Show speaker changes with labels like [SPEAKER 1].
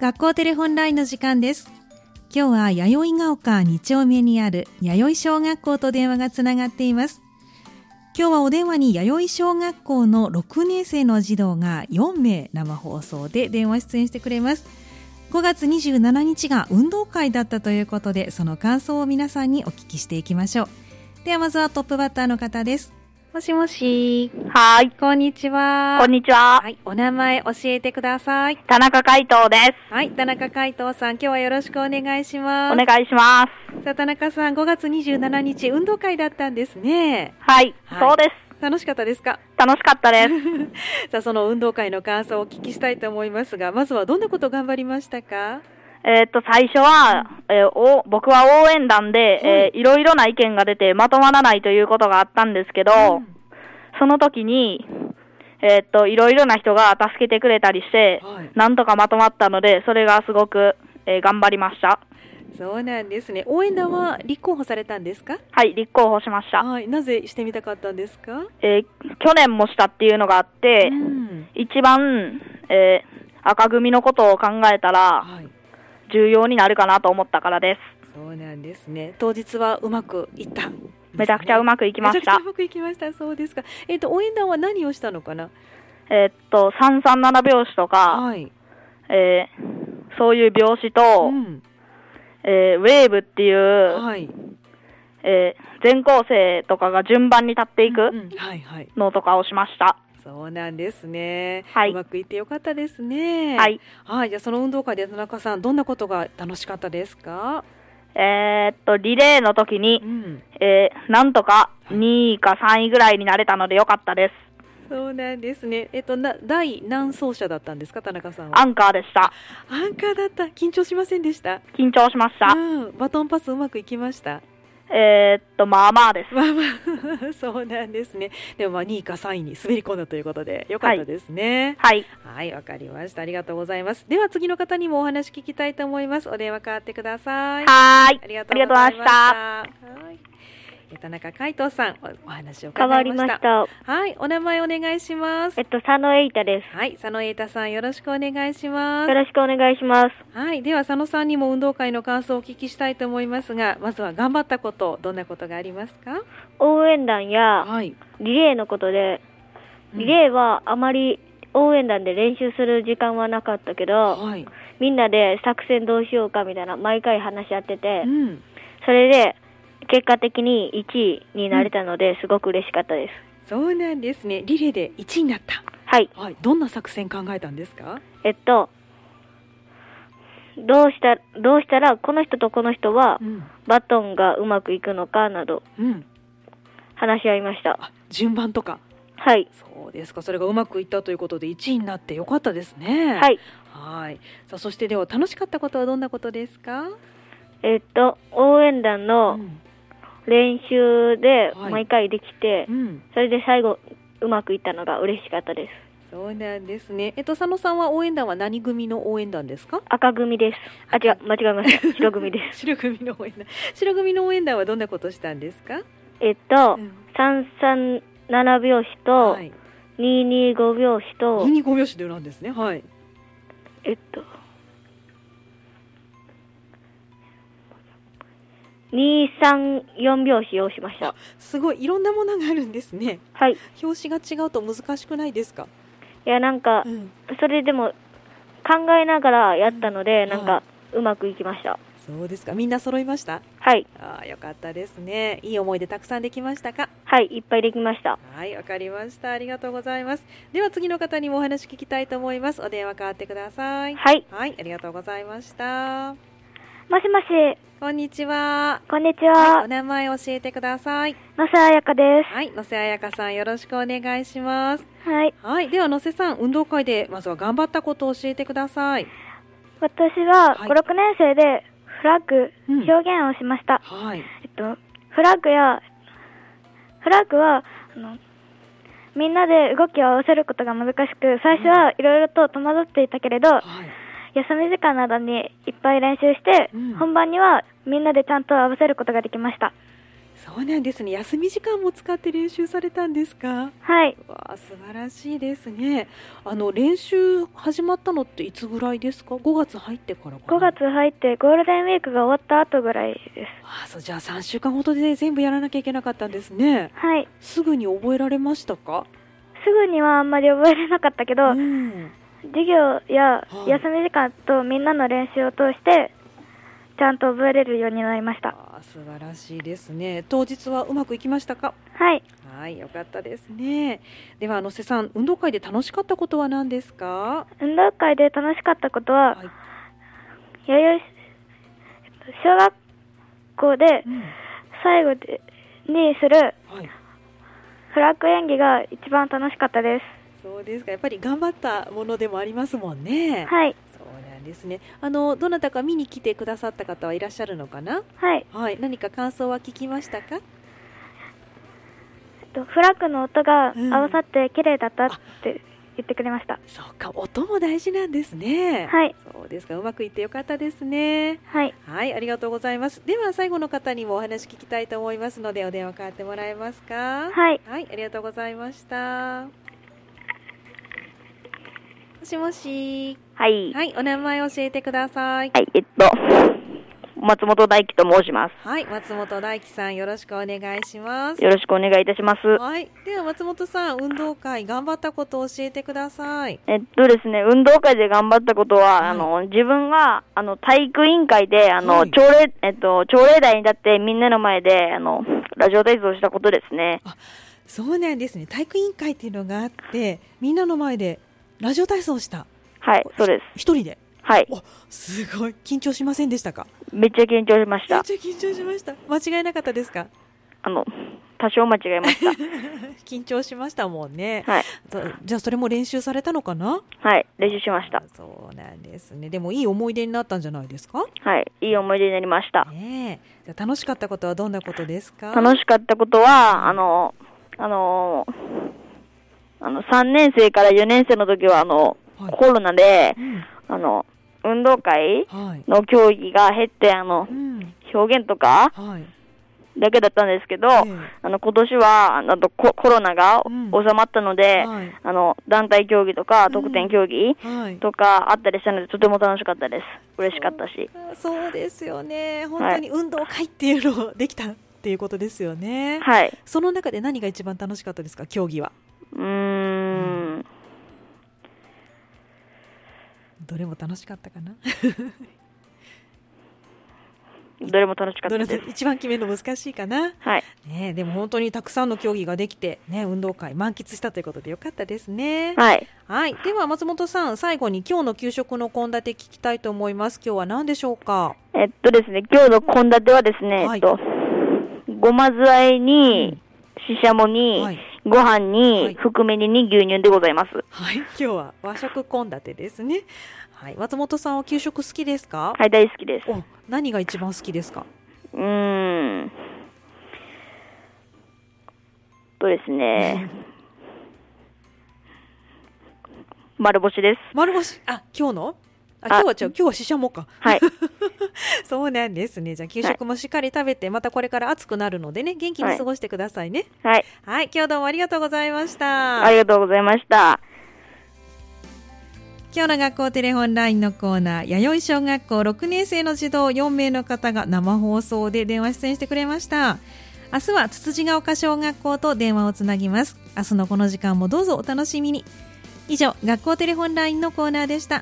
[SPEAKER 1] 学校テレホンラインの時間です今日は弥生が丘2丁目にある弥生小学校と電話がつながっています今日はお電話に弥生小学校の6年生の児童が4名生放送で電話出演してくれます5月27日が運動会だったということでその感想を皆さんにお聞きしていきましょうではまずはトップバッターの方ですもしもし
[SPEAKER 2] はーい。
[SPEAKER 1] こんにちは
[SPEAKER 2] こんにちは。
[SPEAKER 1] はいお名前教えてください
[SPEAKER 2] 田中海斗です。
[SPEAKER 1] はい田中海斗さん今日はよろしくお願いします
[SPEAKER 2] お願いします。
[SPEAKER 1] さあ田中さん5月27日運動会だったんですね
[SPEAKER 2] はい。
[SPEAKER 1] はい
[SPEAKER 2] そうです。
[SPEAKER 1] 楽しかったですか
[SPEAKER 2] 楽しかった です。
[SPEAKER 1] さあその運動会の感想をお聞きしたいと思いますがまずはどんなことを頑張りましたか
[SPEAKER 2] えーっと、最初は、えーお、僕は応援団で、えーいろいろな意見が出てまとまらないということがあったんですけど、その時に、えーっと、いろいろな人が助けてくれたりして、
[SPEAKER 1] はい
[SPEAKER 2] なんとかまとまったので、それがすごく、えー頑張りました。
[SPEAKER 1] そうなんですね応援団は立候補されたんですか
[SPEAKER 2] はい、立候補しました。
[SPEAKER 1] はいなぜしてみたかったんですか
[SPEAKER 2] えー去年もしたっていうのがあって、
[SPEAKER 1] うん
[SPEAKER 2] 一番、えー赤組のことを考えたら、
[SPEAKER 1] はい
[SPEAKER 2] 重要になるかなと思ったからです。
[SPEAKER 1] そうなんですね当日はうまくいった
[SPEAKER 2] めちゃくちゃう
[SPEAKER 1] ま
[SPEAKER 2] まくいきま
[SPEAKER 1] め
[SPEAKER 2] し
[SPEAKER 1] ちゃく
[SPEAKER 2] た
[SPEAKER 1] ちゃう。まくいきましたそうですかえっ、と応援団は何をしたのかな
[SPEAKER 2] えーっと、337拍子とか、
[SPEAKER 1] はい
[SPEAKER 2] えーそういう拍子と、
[SPEAKER 1] うん
[SPEAKER 2] えーウェーブっていう、
[SPEAKER 1] はい
[SPEAKER 2] えー全校生とかが順番に立ってい
[SPEAKER 1] うん
[SPEAKER 2] く
[SPEAKER 1] うんはいはい
[SPEAKER 2] のとかをしました。
[SPEAKER 1] そうなんですね、
[SPEAKER 2] はいう
[SPEAKER 1] まくいってよかったですね
[SPEAKER 2] はい。
[SPEAKER 1] はいじゃあその運動会で田中さんどんなことが楽しかったですか
[SPEAKER 2] えーっと、リレーの時に
[SPEAKER 1] う、ん
[SPEAKER 2] えーなんとか
[SPEAKER 1] はい
[SPEAKER 2] 2位か3位ぐらいになれたのでよかったです。
[SPEAKER 1] そうなんですねえっ、とな第何走者だったんですか田中さんは
[SPEAKER 2] アンカーでした。
[SPEAKER 1] アンカーだった緊張しませんでした
[SPEAKER 2] 緊張しました。
[SPEAKER 1] うん、バトンパスうまくいきました
[SPEAKER 2] えーっと、まあまあです。
[SPEAKER 1] まあまあ そうなんですねでもまあ2位か3位に滑り込んだということでよかったですね
[SPEAKER 2] はい。
[SPEAKER 1] はいわ、かりましたありがとうございますでは次の方にもお話聞きたいと思いますお電話変わってください
[SPEAKER 2] はーい。
[SPEAKER 1] ありがとうございましたはい田中海斗さんおお話を
[SPEAKER 3] 変
[SPEAKER 1] 伺
[SPEAKER 3] わ
[SPEAKER 1] い
[SPEAKER 3] り
[SPEAKER 1] ま
[SPEAKER 3] ま
[SPEAKER 1] し
[SPEAKER 3] したた。
[SPEAKER 1] はいお名前お願いします
[SPEAKER 3] えっと、佐野エイタです。
[SPEAKER 1] はい佐野栄太さんよろしくお願いします
[SPEAKER 3] よろしくお願いします。
[SPEAKER 1] はい、では佐野さんにも運動会の感想をお聞きしたいと思いますが、まずは頑張ったこと、どんなことがありますか？
[SPEAKER 3] 応援団や
[SPEAKER 1] い、
[SPEAKER 3] リレーのことで、リレーはあまり応援団で練習する時間はなかったけど、
[SPEAKER 1] はい、
[SPEAKER 3] みんなで作戦どうしようかみたいな毎回話し合ってて
[SPEAKER 1] う、ん、
[SPEAKER 3] それで結果的に1位になれたのですごく嬉しかったです。
[SPEAKER 1] そうなんですね。リレーで1位になった。
[SPEAKER 3] はい。
[SPEAKER 1] はい、どんな作戦考えたんですか？
[SPEAKER 3] えっと、どうした、どうしたらこの人とこの人は
[SPEAKER 1] うん、
[SPEAKER 3] バトンがうまくいくのかなど
[SPEAKER 1] うん、
[SPEAKER 3] 話し合いました。
[SPEAKER 1] あ、順番とか。
[SPEAKER 3] はい。
[SPEAKER 1] そうですか。それがうまくいったということで1位になってよかったですね。、
[SPEAKER 3] はいい。
[SPEAKER 1] はい。さあ、そしてでは楽しかったことはどんなことですか？
[SPEAKER 3] えっと、応援団の
[SPEAKER 1] ん、
[SPEAKER 3] 練習で
[SPEAKER 1] はい
[SPEAKER 3] 毎回できて、
[SPEAKER 1] うん、
[SPEAKER 3] それで最後、うまくいったのが嬉しかったです。
[SPEAKER 1] そうなんですね。えっと佐野さんは応援団は何組の応援団ですか？
[SPEAKER 3] 赤組です。あ、違う、間違えま した。白組です。
[SPEAKER 1] す。白組の応援団。白組の応援団はどんなことしたんですか？
[SPEAKER 3] えっと、
[SPEAKER 1] ん、
[SPEAKER 3] 337拍子と、
[SPEAKER 1] はい。
[SPEAKER 3] 225拍子と
[SPEAKER 1] ミ、ニ五拍子でなんですね。はい。
[SPEAKER 3] えっと、234拍子をしました。
[SPEAKER 1] すごいいろんなものがあるんですね。
[SPEAKER 3] はい。い
[SPEAKER 1] 表紙が違うと難しくないですか？
[SPEAKER 3] や、なんか
[SPEAKER 1] う、ん。
[SPEAKER 3] それでも考えながらやったので、
[SPEAKER 1] うん
[SPEAKER 3] なん
[SPEAKER 1] は
[SPEAKER 3] か、うまくいきました。
[SPEAKER 1] そうですか。みんな揃いました。
[SPEAKER 3] はい。
[SPEAKER 1] ああ、よかったですね。いい思い出たくさんできましたか？
[SPEAKER 3] はい、いっぱいできました。
[SPEAKER 1] はい、わかりました。ありがとうございます。では次の方にもお話聞きたいと思います。お電話変わってください。
[SPEAKER 3] はい。
[SPEAKER 1] はい、ありがとうございました。
[SPEAKER 3] もしもし、
[SPEAKER 1] こんにちは。
[SPEAKER 3] こんにち
[SPEAKER 1] はい、お
[SPEAKER 3] は。
[SPEAKER 1] 名前教えてください。
[SPEAKER 3] 野瀬彩香で
[SPEAKER 1] はい、野瀬彩香さん、よろしくお願いします。
[SPEAKER 3] す。はい。
[SPEAKER 1] はい、では野瀬さん、運動会でまずは頑張ったことを教えてください。
[SPEAKER 3] 私は
[SPEAKER 1] はい
[SPEAKER 3] 5、6年生でフラッグ
[SPEAKER 1] うん
[SPEAKER 3] 表現をしました。
[SPEAKER 1] はい、
[SPEAKER 3] えっと、フラッグや、フラッグは、あの、みんなで動きを合わせることが難しく、最初はいろいろと戸惑っていたけれど、
[SPEAKER 1] はい、
[SPEAKER 3] 休み時間などにいっぱい練習して
[SPEAKER 1] うん、
[SPEAKER 3] 本番にはみんなでちゃんと合わせることができました。
[SPEAKER 1] そうなんですね。休み時間も使って練習されたんですか。
[SPEAKER 3] はい
[SPEAKER 1] わあ、素晴らしいですね。あの練習始まったのっていつぐらいですか。5月入ってからか
[SPEAKER 3] 5
[SPEAKER 1] な。
[SPEAKER 3] 月入ってゴールデンウィークが終わった後ぐらいです
[SPEAKER 1] ああ、そうじゃあ3週間ほどで全部やらなきゃいけなかったんですね。
[SPEAKER 3] はい
[SPEAKER 1] すぐに覚えられましたか。
[SPEAKER 3] すぐにはあんまり覚えれなかったけど、
[SPEAKER 1] ん。
[SPEAKER 3] 授業や
[SPEAKER 1] はい
[SPEAKER 3] 休み時間とみんなの練習を通してちゃんと覚えれるようになりました
[SPEAKER 1] ああ、素晴らしいですね。当日はうまくいきましたか。
[SPEAKER 3] はい
[SPEAKER 1] はい、よかったですね。では、あの瀬さん、運動会で楽しかったことは何ですか。
[SPEAKER 3] 運動会で楽しかったことは、
[SPEAKER 1] はい。
[SPEAKER 3] 弥生しえっと小学校で
[SPEAKER 1] うん
[SPEAKER 3] 最後でにする
[SPEAKER 1] はい。
[SPEAKER 3] フラッグ演技が一番楽しかったです
[SPEAKER 1] そうですか。やっぱり頑張ったものでもありますもんね。
[SPEAKER 3] はい
[SPEAKER 1] そうなんですね。あのどなたか見に来てくださった方はいらっしゃるのかな。
[SPEAKER 3] はい
[SPEAKER 1] はい。何か感想は聞きましたか。
[SPEAKER 3] えっとフラッグの音が
[SPEAKER 1] うん
[SPEAKER 3] 合わさって綺麗だったって言ってくれました、
[SPEAKER 1] そうか。音も大事なんですね。
[SPEAKER 3] はい
[SPEAKER 1] そうですか。うまくいってよかったですね。
[SPEAKER 3] はい
[SPEAKER 1] はい、ありがとうございます。では最後の方にもお話聞きたいと思いますのでお電話変わってもらえますか。
[SPEAKER 3] はい
[SPEAKER 1] はい、ありがとうございました。もしもし。
[SPEAKER 2] はい。
[SPEAKER 1] はい、お名前教えてください。
[SPEAKER 2] はい、えっと、松本大輝と申しま
[SPEAKER 1] はい、松本大樹さん、よろしくお願いします
[SPEAKER 2] す。。よろしくお願いいたします。
[SPEAKER 1] はい、では松本さん、運動会頑張ったことを教えてください。
[SPEAKER 2] えっとですね、運動会で頑張ったことは、
[SPEAKER 1] はい
[SPEAKER 2] あの、自分が、あの、体育委員会で、あの、
[SPEAKER 1] はい
[SPEAKER 2] 朝礼、えっと、朝礼台に立ってみんなの前で、あの、ラジオ体操をしたことですね。
[SPEAKER 1] そうなんですね、体育委員会っていうのがあって、みんなの前でラジオ体操をした。
[SPEAKER 2] はい、そうです。
[SPEAKER 1] 一人で。
[SPEAKER 2] はい。
[SPEAKER 1] お、すごい緊張しませんでしたか。
[SPEAKER 2] めっちゃ緊張しまし。
[SPEAKER 1] めったちゃ緊張しました。間違いなかったですか。
[SPEAKER 2] あの、多少間違えま した。
[SPEAKER 1] 緊張しましたもんね。
[SPEAKER 2] はい。
[SPEAKER 1] とじゃあそれも練習されたのかな。
[SPEAKER 2] はい、練習しました
[SPEAKER 1] あ。そうなんですね。でもいい思い出になったんじゃないですか。
[SPEAKER 2] はい、いい思い出になりました。
[SPEAKER 1] ねえ。じゃあ楽しかったことはどんなことですか。
[SPEAKER 2] 楽しかったことは、あの、あの、あの、3年生から4年生の時は、あの、
[SPEAKER 1] はい
[SPEAKER 2] コロナで、
[SPEAKER 1] うん
[SPEAKER 2] あの、運動会
[SPEAKER 1] はい。
[SPEAKER 2] の競技が減って、あの
[SPEAKER 1] う、ん。
[SPEAKER 2] 表現とか
[SPEAKER 1] はい。
[SPEAKER 2] だけだったんですけど、
[SPEAKER 1] ええ
[SPEAKER 2] あの、今年は、あのあとココロナが
[SPEAKER 1] うん
[SPEAKER 2] 収まったので、
[SPEAKER 1] はい
[SPEAKER 2] あの、団体競技とか、
[SPEAKER 1] ん
[SPEAKER 2] 得点競技
[SPEAKER 1] はい。
[SPEAKER 2] とかあったりしたので、とても楽しかったです。嬉しかったし。
[SPEAKER 1] そうですよね。本当に運動会っていうのをできたっていうことですよね。
[SPEAKER 2] はい。
[SPEAKER 1] その中で何が一番楽しかったですか。競技は。
[SPEAKER 2] うーん。
[SPEAKER 1] どれも楽しかったかな。
[SPEAKER 2] どれも楽しかっ
[SPEAKER 1] ど
[SPEAKER 2] た
[SPEAKER 1] れ
[SPEAKER 2] です。
[SPEAKER 1] も一番決めるの難しいかな。
[SPEAKER 2] はい。
[SPEAKER 1] ねえ、でも本当にたくさんの競技ができて、ね、運動会満喫したということでよかったですね。
[SPEAKER 2] はい。
[SPEAKER 1] はい。では、松本さん、最後に今日の給食の献立聞きたいと思います。今日は何でしょうか
[SPEAKER 2] えっとですね、今日の献立はですね、
[SPEAKER 1] はい
[SPEAKER 2] えっと、ごま酢あえ
[SPEAKER 1] うん
[SPEAKER 2] に、ししゃもに、
[SPEAKER 1] はい
[SPEAKER 2] ご飯
[SPEAKER 1] は
[SPEAKER 2] に、
[SPEAKER 1] い
[SPEAKER 2] 含め煮に牛乳でございます。
[SPEAKER 1] はい。今日は和食献立ですね。はい。松本さんは給食好きですか
[SPEAKER 2] はい、大好きです。
[SPEAKER 1] お、何が一番好きですか
[SPEAKER 2] うーん。とです ね、丸干しです。
[SPEAKER 1] 丸干し、あ、今日のあ、今
[SPEAKER 2] あ
[SPEAKER 1] 日は違う。今日はししゃもか。
[SPEAKER 2] はい。
[SPEAKER 1] そうなんですね。じゃあ、給食もしっかり食べて、またこれから暑くなるのでね、元気に過ごしてくださいね。
[SPEAKER 2] はい。
[SPEAKER 1] はい。今日どうもありがとうございました。
[SPEAKER 2] ありがとうございました。
[SPEAKER 1] 今日の学校テレホンラインのコーナー、弥生小学校6年生の児童4名の方が生放送で電話出演してくれました。明日はつつじが丘小学校と電話をつなぎます。明日のこの時間もどうぞお楽しみに。以上、学校テレホンラインのコーナーでした。